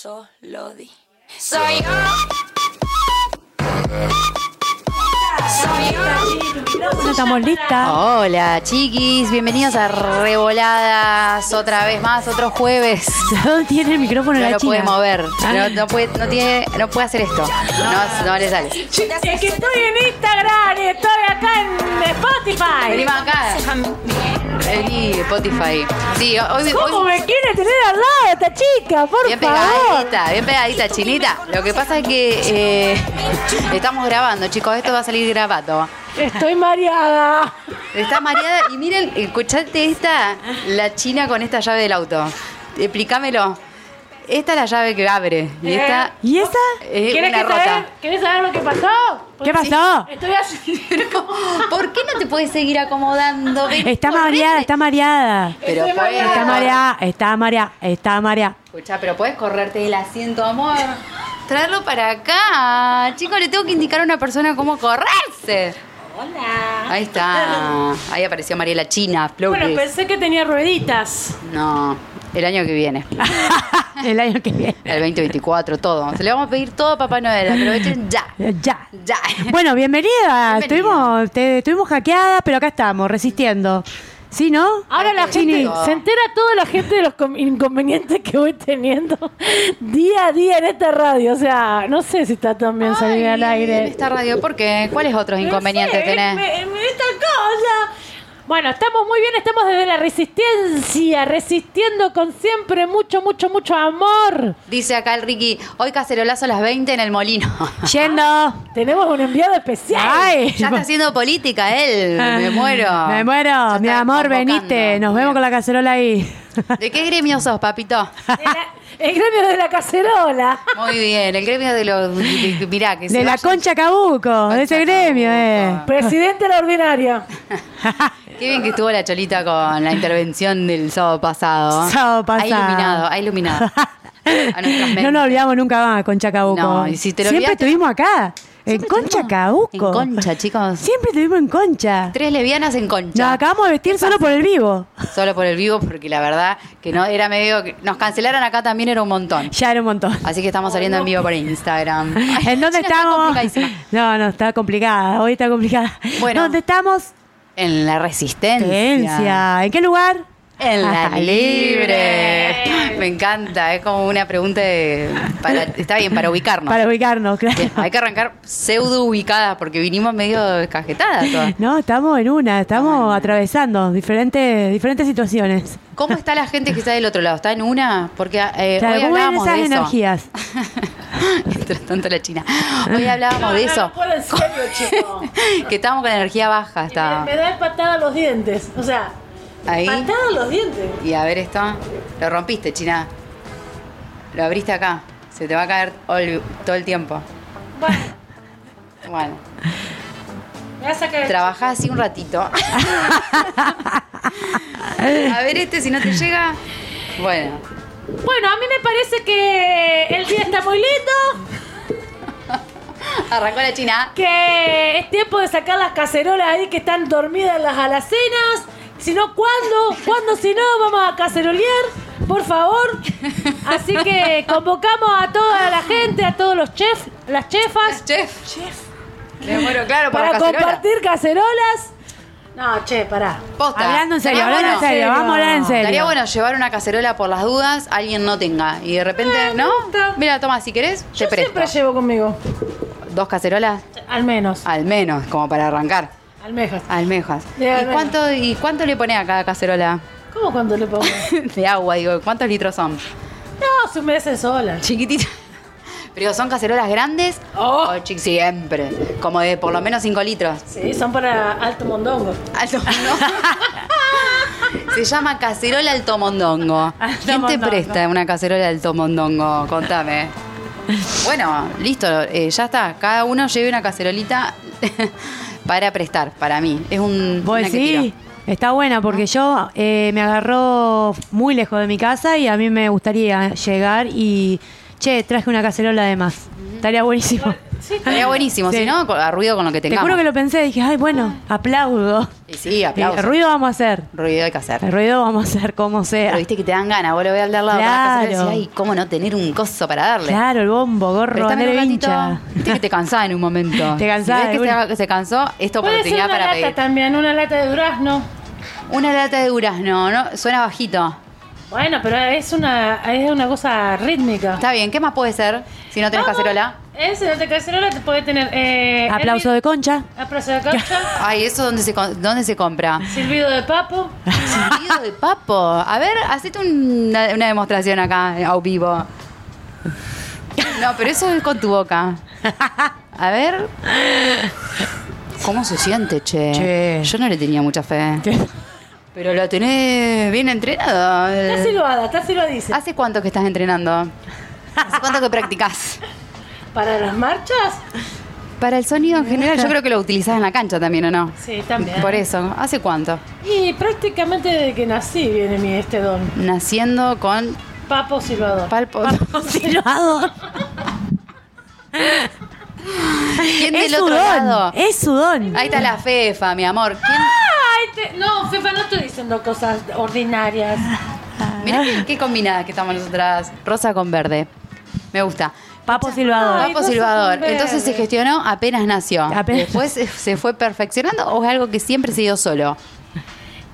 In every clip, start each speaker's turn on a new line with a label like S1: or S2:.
S1: Solodi. Soy yo.
S2: Bueno, estamos listas.
S3: Hola chiquis, bienvenidos a Reboladas, otra vez más, otro jueves.
S2: No tiene el micrófono
S3: No
S2: la Ah.
S3: lo
S2: china.
S3: puede mover, no, no puede, no, tiene, no puede hacer esto, no, no le sale.
S2: Es que estoy en Instagram, estoy acá en Spotify.
S3: Venimos acá, vení Spotify. Sí, hoy,
S2: ¿Cómo
S3: hoy
S2: me quiere tener al lado esta chica? Por
S3: bien
S2: favor.
S3: pegadita, bien pegadita, chinita. Lo que pasa es que eh, estamos grabando chicos, esto va a salir grabado.
S2: Estoy mareada.
S3: Está mareada y miren, escuchate esta, la china con esta llave del auto. Explícamelo. Esta es la llave que abre y esta
S2: ¿Y esa?
S3: es
S4: ¿Quieres
S3: una
S4: que
S3: rota.
S4: saber, ¿Querés saber lo que pasó?
S2: ¿Qué pasó?
S4: Estoy así.
S3: ¿Por qué no te puedes seguir acomodando? Ven,
S2: Está
S3: correte.
S2: mareada, está mareada.
S3: Pero
S4: Estoy
S3: podés-
S4: mareada.
S2: Está mareada, está mareada, está mareada.
S3: Escuchá, pero puedes correrte del asiento, amor. Traerlo para acá. Chicos, le tengo que indicar a una persona cómo correrse. Hola. Ahí está. Ahí apareció Mariela China, Flores.
S4: Bueno, pensé que tenía rueditas.
S2: pues-
S3: No, el año que viene.
S2: El año que viene.
S3: El 2024, todo. Se le vamos a pedir todo a Papá Noel. Aprovechen ya.
S2: Ya.
S3: Ya.
S2: Bueno, bienvenida.
S3: Bienvenida.
S2: Estuvimos, te- estuvimos hackeadas, pero acá estamos, resistiendo. ¿Sí, no?
S4: Ahora la
S3: Chini.
S4: gente, se entera toda la gente de los com- inconvenientes que voy teniendo día a día en esta radio. O sea, no sé si está tan bien salir
S3: Ay,
S4: al aire.
S3: en Esta radio, ¿por qué? ¿Cuáles otros inconvenientes
S4: No sé,
S3: tenés?
S4: me- me- esta cosa. Bueno, estamos muy bien, estamos desde la resistencia, resistiendo con siempre mucho, mucho, mucho amor.
S3: Dice acá el Ricky, hoy cacerolazo a las 20 en el molino.
S2: Yendo.
S4: Tenemos un enviado especial.
S2: Ay.
S3: Ya está haciendo política él, me muero.
S2: Ah, Me
S3: Ya
S2: muero.
S3: está
S2: Mi amor,
S3: convocando.
S2: veniste. Nos vemos con la cacerola ahí.
S3: ¿De qué gremio sos, papito?
S4: De la- el gremio de la cacerola.
S3: Muy bien, el gremio de los... de- de- mirá, que se
S2: De la
S3: vayan-
S2: concha Cabuco, de ese
S3: Concha
S2: gremio, eh.
S3: Cabuco.
S4: Presidente de la ordinaria.
S3: Qué bien que estuvo la cholita con la intervención del sábado pasado.
S2: Sábado pasado.
S3: Ha iluminado, ha iluminado. A nuestras mentes.
S2: eh. No nos olvidamos nunca más, Concha Cabuco.
S3: No, y si te lo
S2: Siempre
S3: olvidaste-
S2: estuvimos acá, en
S3: Siempre
S2: Concha
S3: estuvimos
S2: Cabuco.
S3: En concha, chicos.
S2: Siempre estuvimos en Concha.
S3: Tres lesbianas en
S2: Nos
S3: concha.
S2: acabamos de vestir solo por el vivo.
S3: Solo por el vivo, porque la verdad que no era medio. que- Nos cancelaron acá también, era un montón.
S2: Ya era un montón.
S3: Así que estamos saliendo en vivo por Instagram.
S2: ¿En dónde
S3: Está
S2: estamos?
S3: complicadísima.
S2: No, no, está complicada. Hoy está complicada.
S3: Bueno.
S2: ¿Dónde estamos?
S3: En la resistencia.
S2: Ciencia. ¿En qué lugar?
S3: En la
S2: Ajá.
S3: libre. Me encanta, es como una pregunta de. para- está bien, para ubicarnos.
S2: Para ubicarnos, claro.
S3: Bien, hay que arrancar pseudo ubicadas porque vinimos medio cajetadas todas.
S2: No, estamos en una, estamos atravesando diferentes, diferentes situaciones.
S3: ¿Cómo está la gente que está del otro lado? ¿Está en una? Porque eh,
S2: Claro,
S3: hoy
S2: ¿cómo ven
S3: hablábamos
S2: esas
S3: de eso. Ah,
S2: energías?
S3: Mientras tanto la China. Hoy hablábamos de
S4: No,
S3: eso.
S4: No, puedo en serio, chico.
S3: que estábamos con energía baja.
S4: me,
S3: Está
S4: me da patada a los dientes. O sea,
S3: ahí.
S4: patada a los dientes.
S3: Y a ver esto. Lo rompiste, China. Lo abriste acá. Se te va a caer ol- todo el tiempo.
S4: Bueno,
S3: Bueno,
S4: me vas a caer.
S3: trabajá así un ratito. a ver este, si no te llega. Bueno.
S4: Bueno, a mí me parece que el día está muy lindo,
S3: Arrancó la China.
S4: que es tiempo de sacar las cacerolas ahí que están dormidas en las alacenas. Si no, ¿cuándo? ¿Cuándo si no? Vamos a cacerolear, por favor. Así que convocamos a toda la gente, a todos los chefs, las chefas,
S3: Chef. Me muero claro por
S4: para
S3: la cacerola.
S4: compartir cacerolas. No, che, pará.
S3: Posta.
S2: Hablando en serio,
S3: Estaría
S2: hablando en
S3: bueno.
S2: serio, vamos a hablar en
S3: Estaría
S2: serio.
S3: bueno llevar una cacerola por las dudas, alguien no tenga. Y de repente, ¿no?
S4: gusta.
S3: Mira, toma, si querés, te
S4: Yo
S3: presto.
S4: siempre llevo conmigo.
S3: Dos cacerolas,
S4: Al menos.
S3: al menos, como para arrancar.
S4: Almejas.
S3: Almejas.
S4: De
S3: ¿Y
S4: almejas.
S3: cuánto, ¿Y cuánto le ponés a cada cacerola?
S4: ¿Cómo cuando le pongo?
S3: De agua, digo, ¿cuántos litros son?
S4: no, se humedecen solas.
S3: Chiquitita. Pero ¿son cacerolas grandes?
S4: Oh.
S3: O chi- siempre. Como de por lo menos 5 litros.
S4: Sí, son para alto mondongo.
S3: Alto mondongo. Se llama cacerola alto mondongo.
S2: Alto
S3: ¿Quién
S2: mondongo.
S3: te presta una cacerola alto mondongo? Contame. Bueno, listo, eh, ya está. Cada uno lleve una cacerolita para prestar, para mí. Es un.
S2: Vos
S3: una que Ah.
S2: sí,
S3: tiro.
S2: está buena porque yo eh, me agarró muy lejos de mi casa y a mí me gustaría llegar y che, traje una cacerola de más. Estaría buenísimo.
S3: Estaría buenísimo,
S2: Ah, Sí.
S3: si no, con- a ruido con lo que
S2: Te
S3: tengamos.
S2: juro que lo pensé, dije, ay, bueno, aplaudo.
S3: Y sí, aplausos.
S2: El ruido vamos a hacer.
S3: Ruido hay que hacer.
S2: El ruido vamos a hacer como
S3: Pero
S2: sea.
S3: viste que te dan ganas, vos lo ves al de al lado con la
S2: Claro.
S3: cacerola y decís, ay, cómo no tener un coso para darle.
S2: Claro, el bombo, gorro,
S3: Pero también
S2: bandera
S3: un
S2: de
S3: ratito,
S2: vincha.
S3: viste que te cansás en un momento.
S2: Te cansás,
S3: Si ves que
S2: de
S3: se,
S2: una.
S3: que se cansó, esta
S4: Puede ser
S3: oportunidad
S4: una
S3: para
S4: lata
S3: pedir.
S4: también, una lata de durazno.
S3: Una lata de durazno, ¿no? Suena bajito.
S4: Bueno, pero es una, es una cosa rítmica.
S3: Está bien, ¿qué más puede ser si no tenés
S4: Vamos.
S3: cacerola?
S4: Ese no te cacerola te puede tener. Eh,
S2: Aplauso de concha.
S4: hervir- Aplauso de concha.
S3: Ay, ¿eso dónde se, con- dónde se compra?
S4: Silbido de papo.
S3: Silbido de papo. A ver, hacete una, una demostración acá, a vivo. No, pero eso es con tu boca. A ver. ¿Cómo se siente, che?
S2: Che.
S3: Yo no le tenía mucha fe. Pero la tenés bien
S4: Está
S3: entrenada.
S4: silbada, está silbadiza.
S3: ¿Hace cuánto que estás entrenando? ¿Hace cuánto que practicás?
S4: Para las marchas,
S3: Para el sonido en general, yo creo que lo utilizás en la cancha también, ¿o no?
S4: sí, también.
S3: Por e- eso, ¿hace cuánto?
S4: Y prácticamente desde que nací viene mi este don.
S3: Naciendo con
S4: Papo silbador.
S3: palpo.
S2: Silbado.
S3: ¿Quién
S2: Es
S3: del
S2: su
S3: otro lado?
S2: don. Es su don.
S3: Ahí está la Fefa, mi amor. ¿Quién?
S4: Ay, te- No, Fefa, no estoy diciendo cosas ordinarias.
S3: Mirá qué, qué combinadas que estamos nosotras. Rosa con verde. Me gusta.
S2: Papo silbador.
S4: Ay,
S3: Papo
S4: Rosa
S3: Silvador.
S4: con verde.
S3: Entonces se gestionó apenas nació.
S2: Apenas.
S3: Después se- se fue perfeccionando o es algo que siempre se dio solo.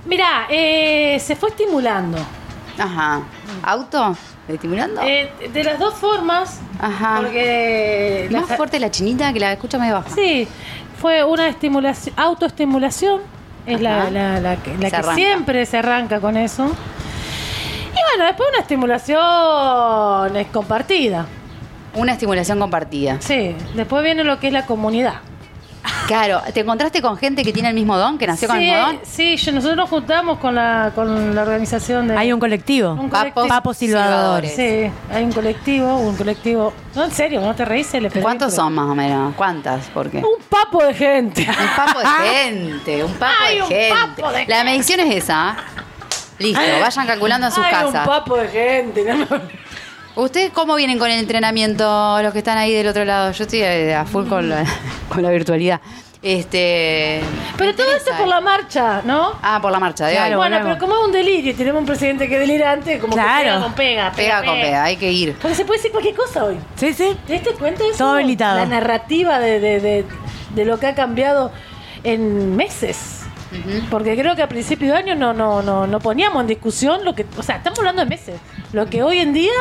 S4: Mirá, eh, se fue estimulando.
S3: Ajá. ¿Auto? ¿Estimulando?
S4: Eh, de las dos formas,
S3: Ajá.
S4: porque...
S3: Ah. Más
S4: las-
S3: fuerte la chinita que la escucha medio baja.
S4: Sí, fue una estimulación, autoestimulación, es la,
S3: Ajá.
S4: la- la que, la
S3: Se
S4: que
S3: arranca.
S4: siempre se arranca con eso. Y bueno, después una estimulación es compartida.
S3: Una estimulación compartida.
S4: Sí, después viene lo que es la comunidad.
S3: Claro, ¿te encontraste con gente que tiene el mismo don, que nació con el
S4: sí,
S3: mismo don?
S4: sí, yo- nosotros nos juntamos con la, con la organización de...
S2: Hay un colectivo.
S4: Un colectivo.
S2: Papo silbador.
S4: Sí, hay un colectivo, un colectivo... No, en serio, no te reís, el
S3: ¿Cuántos son más o menos? ¿Cuántas? Porque
S4: Un papo de gente.
S3: Un papo de gente, un papo
S4: Ah. Ay,
S3: de
S4: un
S3: gente.
S4: papo de
S3: La medición es esa. Listo, vayan calculando en sus
S4: Hay un
S3: casas.
S4: papo de gente. no me-
S3: ¿Ustedes cómo vienen con el entrenamiento, los que están ahí del otro lado? Yo estoy eh, a full con la, con la virtualidad. Este,
S4: Pero
S3: me
S4: todo esto
S3: interesa,
S4: por
S3: eh.
S4: la marcha, ¿no?
S3: Ah, por la marcha de
S2: Claro,
S3: hoy.
S4: bueno,
S2: volvemos.
S4: pero como es un delirio, y tenemos un presidente que es delirante, como
S2: Claro.
S4: que pega con pega,
S3: Pega con pega, hay que ir.
S4: Porque se puede decir cualquier cosa hoy.
S2: Sí, sí.
S4: ¿Te diste cuenta de eso?
S2: Todo habilitado.
S4: La narrativa de, de- de- de lo que ha cambiado en meses.
S3: Ujú.
S4: Porque creo que a principio de año no, no, no, no poníamos en discusión lo que. O sea, estamos hablando de meses. Lo que hoy en día.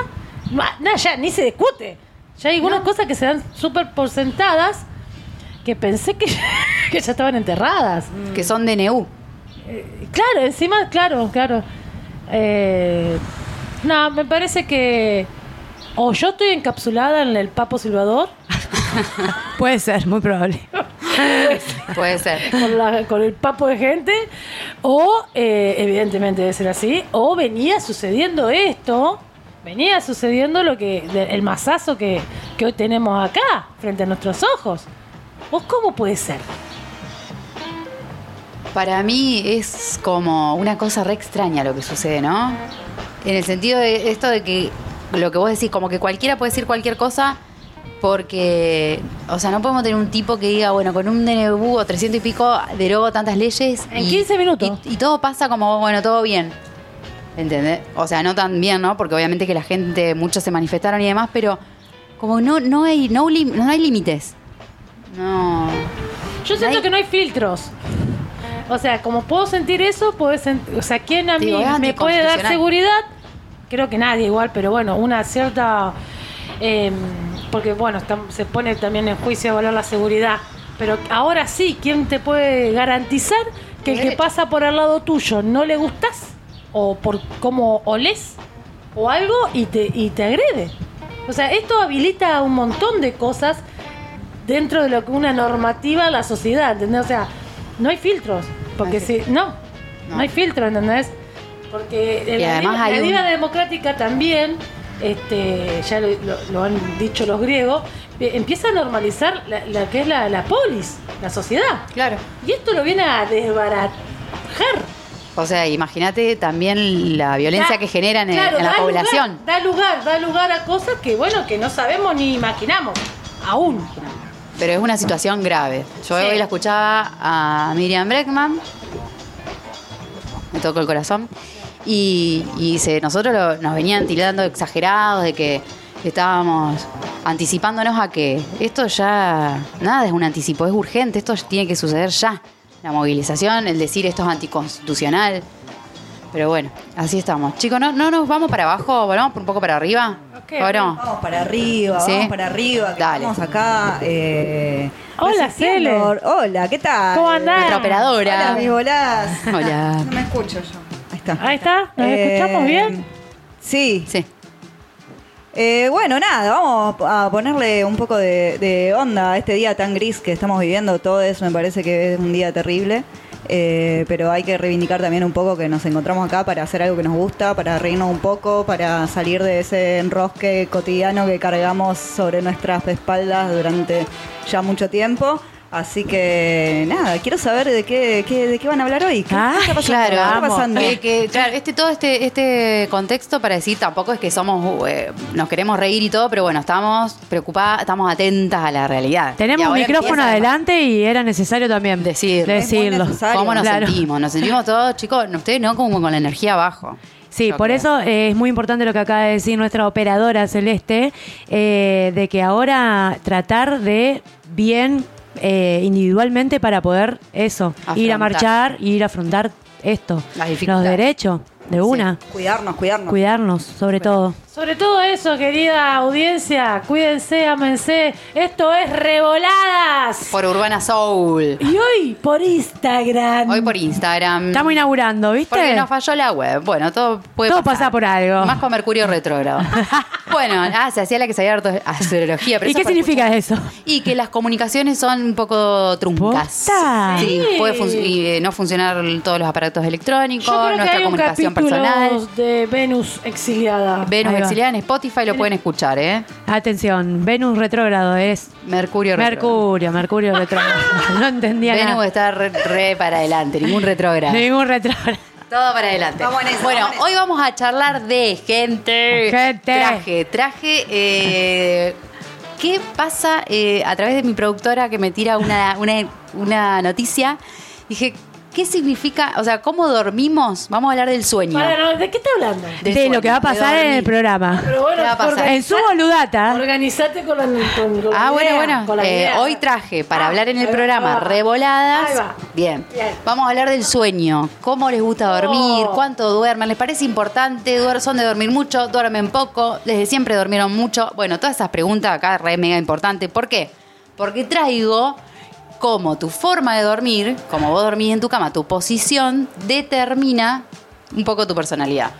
S4: Nada, ya ni se discute. Ya hay algunas cosas que se dan súper por sentadas que pensé que ya, que ya estaban enterradas.
S3: Que son DNU.
S4: Claro, encima, claro, claro. Eh, no, me parece que o yo estoy encapsulada en el Papo Silvador
S2: Puede ser, muy probable.
S3: Puede ser.
S4: con, la- con el Papo de gente, o eh, evidentemente debe ser así, o venía sucediendo esto, venía sucediendo lo que de- el masazo que, que hoy tenemos acá frente a nuestros ojos. ¿Vos cómo puede ser?
S3: Para mí es como una cosa re extraña lo que sucede, ¿no? En el sentido de esto de que lo que vos decís, como que cualquiera puede decir cualquier cosa porque, o sea, no podemos tener un tipo que diga, bueno, con un DNU o 300 y pico derogo tantas leyes.
S4: En
S3: y-
S4: 15 minutos.
S3: Y, y todo pasa como, bueno, todo bien. ¿Entendés? O sea, no tan bien, ¿no? Porque obviamente que la gente, muchos se manifestaron y demás, pero como no, no hay, no, lim- no hay límites. No.
S4: Yo siento
S3: Nadie-
S4: que no hay filtros. O sea, como puedo sentir eso, puedo sen- o sea, ¿quién a mí
S3: Digo, es
S4: me puede dar
S3: anticonstitucional.
S4: seguridad? Creo que nadie igual, pero bueno, una cierta... eh, porque bueno, tam- se pone también en juicio de valor la seguridad. Pero ahora sí, ¿quién te puede garantizar que el que
S3: Derecho.
S4: pasa por al lado tuyo no le gustas? ¿O por cómo olés? ¿O algo y te, y te agrede? O sea, esto habilita un montón de cosas dentro de lo que una normativa la sociedad, ¿entendés? O sea, no hay filtros, porque
S3: No hay
S4: si no, no,
S3: No.
S4: hay filtro, ¿entendés? Porque
S3: Y
S4: la,
S3: además
S4: deriva,
S3: hay
S4: la
S3: un-
S4: deriva democrática también, este, ya lo, lo- lo han dicho los griegos, eh, empieza a normalizar la, la que es la, la polis, la sociedad.
S3: Claro.
S4: Y esto lo viene a desbaratar.
S3: O sea, imagínate también la violencia
S4: Da-
S3: que generan en,
S4: claro,
S3: en la
S4: da lugar-
S3: población.
S4: da lugar, da lugar a cosas que, bueno, que no sabemos ni imaginamos. Aún.
S3: Pero es una situación grave. Yo
S4: Sí.
S3: hoy la escuchaba a Miriam Breckman. Me tocó el corazón. Y, y se- nosotros lo- nos venían tildando de exagerados, de que estábamos anticipándonos a que esto ya, nada, es un anticipo, es urgente, esto tiene que suceder ya. La movilización, el decir esto es anticonstitucional. Pero bueno, así estamos. Chicos, no, no nos vamos para abajo, volvamos un poco para arriba.
S4: Ok,
S3: Bueno,
S1: Vamos para arriba,
S3: Sí.
S1: vamos para arriba. que
S3: Dale.
S1: Estamos acá. eh,
S4: Hola,
S1: resistiendo.
S4: Cele.
S1: Hola, ¿qué tal?
S4: ¿Cómo andás?
S3: nuestra operadora.
S1: Hola, mis bolas.
S3: Hola.
S1: No me escucho yo. Ahí está.
S4: Ahí está, ¿nos
S1: Eh,
S4: escuchamos bien?
S1: Sí.
S3: Sí.
S1: Eh, bueno, nada, vamos a ponerle un poco de, de onda a este día tan gris que estamos viviendo todos. Me parece que es un día terrible. Eh, pero hay que reivindicar también un poco que nos encontramos acá para hacer algo que nos gusta, para reírnos un poco, para salir de ese enrosque cotidiano que cargamos sobre nuestras espaldas durante ya mucho tiempo. Así que nada, quiero saber de qué, qué- de qué van a hablar hoy. ¿Qué,
S2: Ah,
S1: qué está pasando?
S3: Claro,
S1: ¿Qué está
S3: vamos.
S1: pasando?
S3: Que- que, claro, este, todo este, este contexto para decir tampoco es que somos, eh, nos queremos reír y todo, pero bueno, estamos preocupadas, estamos atentas a la realidad. Y
S2: Tenemos un
S3: ahora
S2: micrófono
S3: empieza-
S2: adelante y era necesario también
S3: Decirlo. Es
S1: muy
S2: decirlo.
S1: necesario.
S3: ¿Cómo nos
S2: Claro.
S3: sentimos? Nos sentimos todos, chicos, no, ustedes no como con la energía abajo.
S2: Sí,
S3: Yo
S2: por
S3: creo.
S2: eso eh, es muy importante lo que acaba de decir nuestra operadora Celeste, eh, de que ahora tratar de bien eh, individualmente para poder eso, ir a
S3: Afrontar.
S2: marchar y ir a afrontar esto, los
S3: Las dificultades.
S2: derechos de una,
S1: Cuidarnos, cuidarnos.
S2: cuidarnos sobre todo.
S4: Sobre todo eso, querida audiencia, cuídense, ámense. Esto es Revoladas.
S3: Por Urbana Soul.
S4: Y hoy por Instagram.
S3: Hoy por Instagram.
S2: Estamos inaugurando, ¿viste?
S3: Porque nos falló la web. Bueno, todo puede
S2: Todo
S3: pasar.
S2: pasa por algo.
S3: Más con Mercurio retrógrado. bueno, ah, se hacía la que sabía orto- astrología. Pero
S2: ¿Y
S3: eso
S2: qué
S3: fue-
S2: significa eso?
S3: Y que las comunicaciones son un poco truncas.
S2: ¿Posta?
S3: Sí,
S4: Sí.
S3: puede func- y, eh, no funcionar todos los aparatos electrónicos,
S4: Yo creo que
S3: nuestra
S4: hay un
S3: comunicación
S4: capítulo
S3: personal.
S4: de Venus exiliada.
S3: Venus
S2: Ahí va.
S3: exiliada en Spotify lo pueden escuchar, ¿eh?
S2: Atención, Venus retrógrado es
S3: Mercurio retrógrado.
S2: Mercurio, Mercurio retrógrado. no entendía
S3: Venus
S2: nada.
S3: está re, re para adelante, ningún retrógrado.
S2: Ningún retrógrado.
S3: Todo para adelante.
S1: Vamos en eso,
S3: bueno,
S1: vamos en eso.
S3: hoy vamos a charlar de gente.
S2: Gente.
S3: Traje, traje. eh, ¿Qué pasa eh, a través de mi productora que me tira una, una, una noticia? Dije, ¿qué significa? O sea, ¿cómo dormimos? Vamos a hablar del sueño.
S4: Para, no, ¿De qué está hablando?
S3: Del
S2: De,
S3: sueño,
S2: lo que va a
S3: de
S2: pasar en el
S3: dormir.
S2: programa.
S4: Pero bueno,
S3: ¿Qué va a pasar?
S4: organi-
S2: En su boludata.
S4: organizate con la, con- con la
S3: Ah, bueno,
S4: idea, con
S3: bueno.
S4: la
S3: Eh,
S4: idea.
S3: hoy traje para
S4: Ah,
S3: hablar en el
S4: ahí va,
S3: programa
S4: ahí va. Ahí
S3: Revoladas.
S4: va.
S3: Bien.
S4: Bien.
S3: Vamos a hablar del sueño. ¿Cómo les gusta dormir?
S4: Oh.
S3: ¿Cuánto duermen? ¿Les parece importante? Duer- ¿Son de dormir mucho? ¿Duermen poco? ¿Desde siempre durmieron mucho? Bueno, todas esas preguntas acá re mega importante. ¿Por qué? Porque traigo cómo tu forma de dormir, como vos dormís en tu cama, tu posición determina un poco tu personalidad.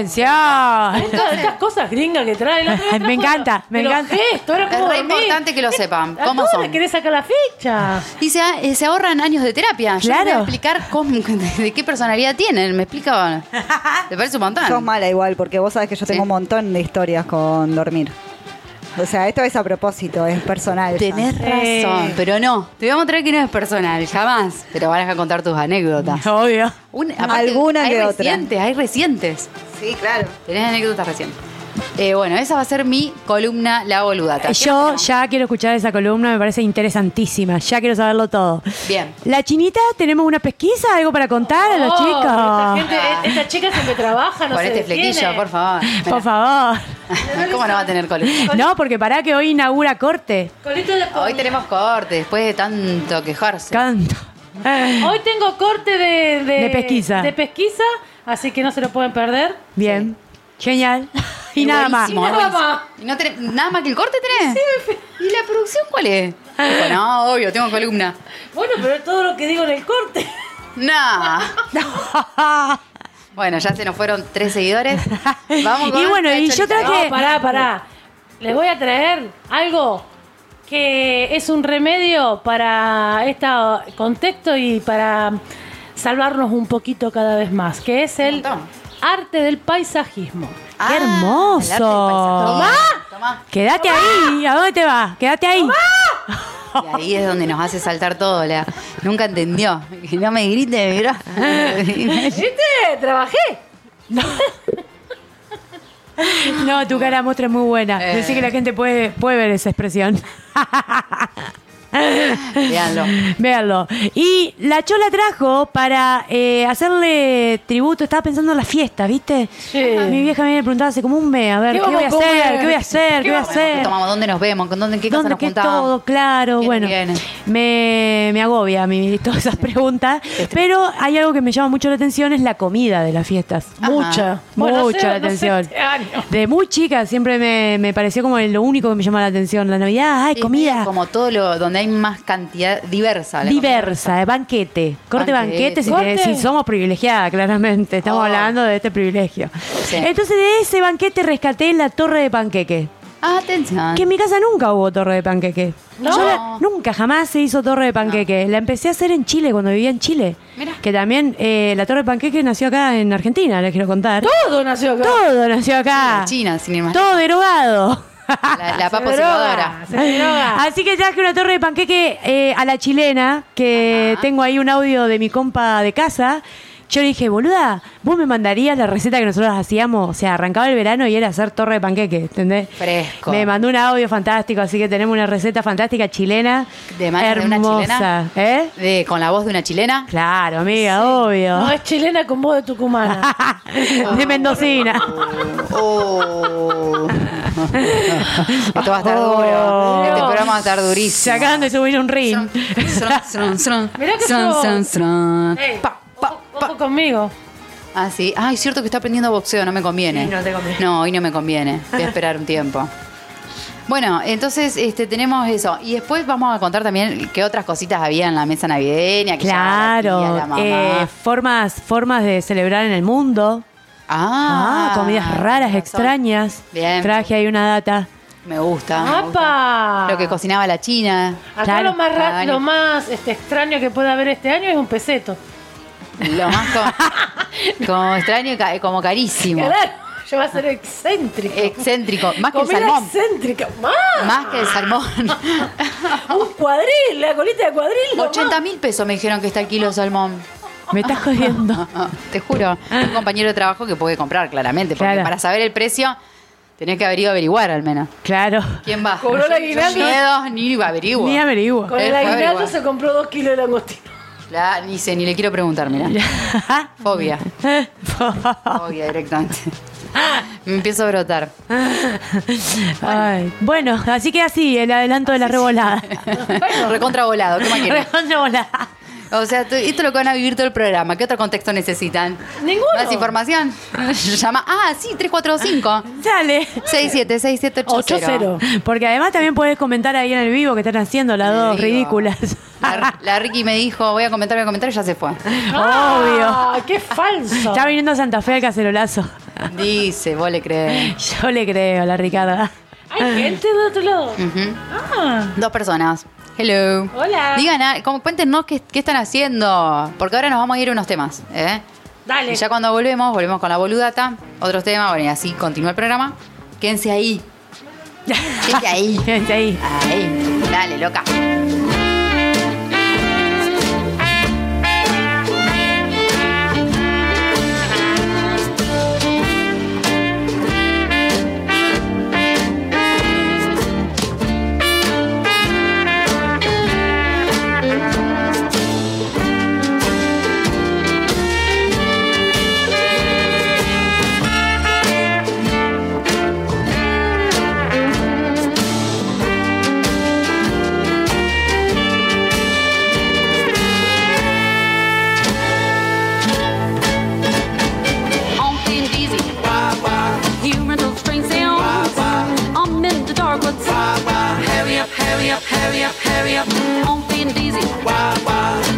S2: ¡Atención!
S4: Todas estas cosas gringas que trae. la otra vez
S2: Me
S4: trajo
S2: encanta,
S4: la-
S2: me
S4: pero
S2: encanta.
S4: Esto era
S3: Es
S4: como
S3: re
S4: dormir.
S3: importante que lo sepan.
S4: ¿A
S3: ¿Cómo
S4: todos
S3: son?
S4: Ah, le querés sacar la ficha?
S3: Y se, eh, se ahorran años de terapia. Yo les voy a
S2: Claro.
S3: explicar cómo- de qué personalidad tienen. ¿Me explicaban? ¿Te parece un
S1: Sos
S3: montón?
S1: mala igual, porque vos sabés que yo tengo un montón de historias con dormir. O sea, esto es a propósito, es personal.
S3: Tenés razón,
S4: Eh.
S3: pero no. Te voy a mostrar que no es personal, jamás. Pero van a contar tus anécdotas.
S2: Obvio.
S3: Un-
S1: Alguna
S3: hay
S1: que otra.
S3: recientes, hay recientes.
S1: Sí, claro.
S3: Tenés anécdotas recientes. Eh, bueno, esa va a ser mi columna La Boludata. ¿Qué
S2: Yo
S3: más tenemos?
S2: ya quiero escuchar esa columna, me parece interesantísima. Ya quiero saberlo todo.
S3: Bien.
S2: La chinita, ¿tenemos una pesquisa? ¿Algo para contar a los
S4: Oh, Esta,
S2: chicos?
S4: gente, e- esta chica siempre trabaja, no
S3: Con
S4: se
S3: este
S4: detiene.
S3: flequillo, por favor.
S2: Por favor.
S3: ¿Cómo no va a tener columna?
S2: No, porque pará que hoy inaugura corte.
S4: Con esto de-
S3: Hoy tenemos corte, después de tanto quejarse.
S2: Canto.
S4: Hoy tengo corte de, de,
S2: De pesquisa.
S4: de pesquisa, así que no se lo pueden perder.
S2: Bien. Genial. Y
S3: Es
S2: nada más.
S3: buenísimo,
S4: Y
S3: es
S4: nada
S3: buenísimo.
S4: más.
S3: ¿Y no tenés- nada más que el corte tenés? ¿Y la producción cuál es? Dijo, no, obvio, tengo columna.
S4: Bueno, pero es todo lo que digo en el corte.
S3: Nah. Bueno, ya se nos fueron tres seguidores. Vamos con
S2: Y bueno, y yo
S3: Cholita.
S2: traje-
S3: No,
S4: No, pará, pará. Les voy a traer algo que es un remedio para este contexto y para salvarnos un poquito cada vez más, que es el
S3: montón.
S4: arte del paisajismo.
S3: Ah,
S2: ¡Qué hermoso!
S3: el arte del paisaje. Tomá.
S2: Quédate ahí. ¿A dónde te vas? Quédate ahí.
S3: Y ahí es donde nos hace saltar todo. La, Nunca entendió. Y No me grite, mira.
S4: ¿Viste? Trabajé.
S2: No, tu cara muestra es muy buena.
S3: Eh.
S2: Decí que la gente puede, puede ver esa expresión.
S3: Veanlo.
S2: Véanlo. Y la Chola trajo para eh, hacerle tributo. Estaba pensando en las fiestas, ¿viste?
S4: Sí.
S2: Mi vieja me había preguntado hace como un mes, a ver,
S4: ¿Qué
S2: ¿qué,
S4: vamos
S2: voy a
S4: a
S2: hacer?
S4: comer?
S2: ¿Qué voy a hacer? ¿Qué voy a hacer?
S3: Tomamos, ¿dónde nos vemos? ¿Con dónde, en qué casa
S2: ¿Dónde
S3: nos
S2: qué
S3: juntamos?
S2: todo? Claro,
S3: ¿Quién
S2: bueno,
S3: viene?
S2: me, me agobia a mí todas esas preguntas, pero hay algo que me llama mucho la atención, es la comida de las fiestas.
S3: Ajá.
S4: Mucha.
S2: Mucha
S4: Bueno, hace-
S2: la
S4: no sé
S2: atención.
S4: este año.
S2: De muy chica siempre me, me pareció como lo único que me llamaba la atención. La Navidad, ay,
S3: Sí,
S2: comida
S3: Como todo lo donde hay más cantidad diversa. la comida.
S2: diversa, eh, banquete. Corte banquete,
S3: Banquete.
S2: si,
S4: Corte.
S2: si somos privilegiadas, claramente. Estamos
S3: Oh.
S2: hablando de este privilegio.
S3: Sí.
S2: Entonces de ese banquete rescaté la torre de panqueque.
S3: Atención.
S2: Que en mi casa nunca hubo torre de panqueque.
S4: No.
S2: Yo la- nunca, jamás se hizo torre de panqueque. La empecé a hacer en Chile, cuando vivía en Chile.
S3: Mirá.
S2: Que también eh, la torre de panqueque nació acá en Argentina, les quiero contar.
S4: Todo nació acá.
S2: Todo nació acá.
S3: La China, sin ir más.
S2: Todo derogado.
S3: La, la
S4: Ah, Se
S3: papa
S4: droga,
S3: silbadora.
S4: se droga.
S2: Así que traje una torre de panqueque eh, a la chilena, que
S3: Ajá.
S2: tengo ahí un audio de mi compa de casa. Yo le dije, boluda, vos me mandarías la receta que nosotros hacíamos. O sea, arrancaba el verano y era hacer torre de panqueque, ¿entendés?
S3: Fresco.
S2: Me mandó un audio fantástico, así que tenemos una receta fantástica chilena.
S3: De mano de una
S2: hermosa.
S3: chilena.
S2: ¿Eh?
S3: De- con la voz de una chilena.
S2: Claro, amiga, obvio.
S4: No, es chilena con voz de tucumana.
S3: Ah,
S2: de Mendocina.
S3: Oh. Esto va a estar duro. Este programa va a estar
S2: Oh. Se
S3: durísimo.
S2: acaban de subir un ring.
S3: Zron, zron, zron, zron.
S4: Mirá que
S3: Zron,
S4: yo-
S3: zron, zron.
S4: Ey,
S3: Pa, pa,
S4: ojo- ojo conmigo.
S3: Ah, sí. Ay, es cierto que está aprendiendo boxeo, no me conviene.
S2: Sí, no te conviene.
S3: No, hoy no me conviene. Voy a esperar un tiempo. Bueno, entonces este, tenemos eso. Y después vamos a contar también qué otras cositas había en la mesa navideña. Que ya la tía,
S2: Claro,
S3: la mamá.
S2: eh, formas, formas de celebrar en el mundo. Ah, comidas raras,
S3: razón.
S2: extrañas.
S3: Bien.
S2: Traje ahí una data.
S3: Me gusta. me gusta.
S4: ¡Apa!
S3: Ah, Lo que cocinaba la China.
S4: Acá
S2: Claro.
S4: lo más, ra-
S3: Dale.
S4: lo más este, extraño que puede haber este año es un peseto.
S3: Lo más co- como extraño y ca- como carísimo.
S4: Claro, yo va a ser excéntrico.
S3: Excéntrico. Más que el
S4: Comida
S3: salmón.
S4: excéntrica. ¡Más!
S3: Más que el salmón.
S4: Un cuadril, la colita de cuadril. lo
S3: 80 mil pesos me dijeron que está el kilo de salmón.
S2: Me estás jodiendo.
S3: Ah, Te juro. Un compañero de trabajo que puede comprar, claramente. Porque
S2: Claro.
S3: para saber el precio, tenés que haber ido a averiguar al menos.
S2: Claro.
S3: ¿Quién va?
S4: Cobró
S3: Yo-
S4: el
S3: yo
S4: aguinaldo.
S3: Ni dedos, ni averiguo.
S2: Ni averiguo.
S4: más. Con
S3: Eh,
S4: el
S3: fue
S4: aguinaldo
S3: averiguar.
S4: se compró dos kilos de langostino.
S3: La- ni sé, ni le quiero preguntar, mira. Fobia. Fobia directamente. Me empiezo a brotar.
S2: Ay, Bueno, así que así, el adelanto de la revolada.
S3: Recontra volado, ¿qué más querés?
S2: Revolada.
S3: O sea, tú- esto es lo que van a vivir todo el programa. ¿Qué otro contexto necesitan?
S4: Ninguno.
S3: ¿Más información? Llama. Ah, sí, 345
S2: Dale.
S3: 67 6780.
S4: 8-0.
S2: Porque además también puedes comentar ahí en el vivo que están haciendo las dos
S3: Digo,
S2: ridículas.
S3: La, la Ricky me dijo, voy a comentar, voy a comentar, y ya se fue.
S2: Obvio.
S4: Ah, ¡Qué falso!
S2: Está viniendo a Santa Fe al cacerolazo.
S3: Dice, vos le crees.
S2: Yo le creo a la Ricarda.
S4: Hay gente de otro lado.
S3: Ujú.
S4: Ah,
S3: Dos personas. Hello.
S4: Hola.
S3: Digan, ah, como, cuéntenos qué, qué están haciendo, porque ahora nos vamos a ir a unos temas. ¿eh?
S4: dale.
S3: Y ya cuando volvemos, volvemos con la boludata, otros temas, bueno, y así continúa el programa. Quédense ahí. Quédense ahí.
S2: Gente ahí.
S3: Ahí. Dale, loca.
S5: Off and dizzy. Hearing those strange sounds. I'm in the dark woods. Hurry up, hurry up, hurry up, hurry up. Off and Mm, dizzy.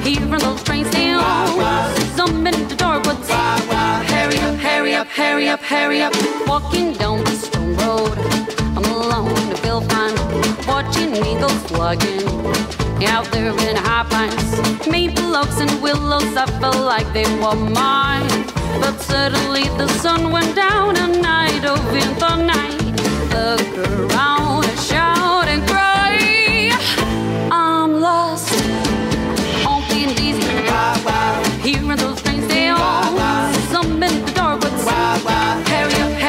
S5: Hearing those strange sounds. I'm in the dark woods. Hurry up, hurry up, hurry up, hurry up. Walking down the stone road. I'm alone in the Belfine. Watching eagles flying. Out there in high pines, maple oaks and willows, I felt like they were mine. But suddenly the sun went down and I dove in the night. Look around and shout and cry. I'm lost. Only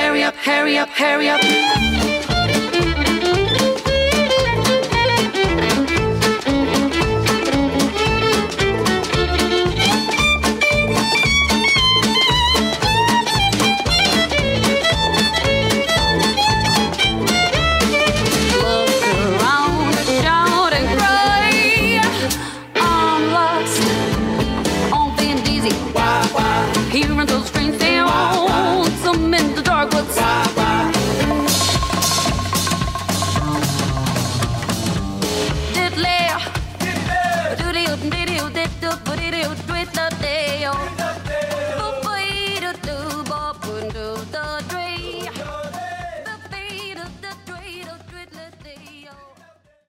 S5: hurry up.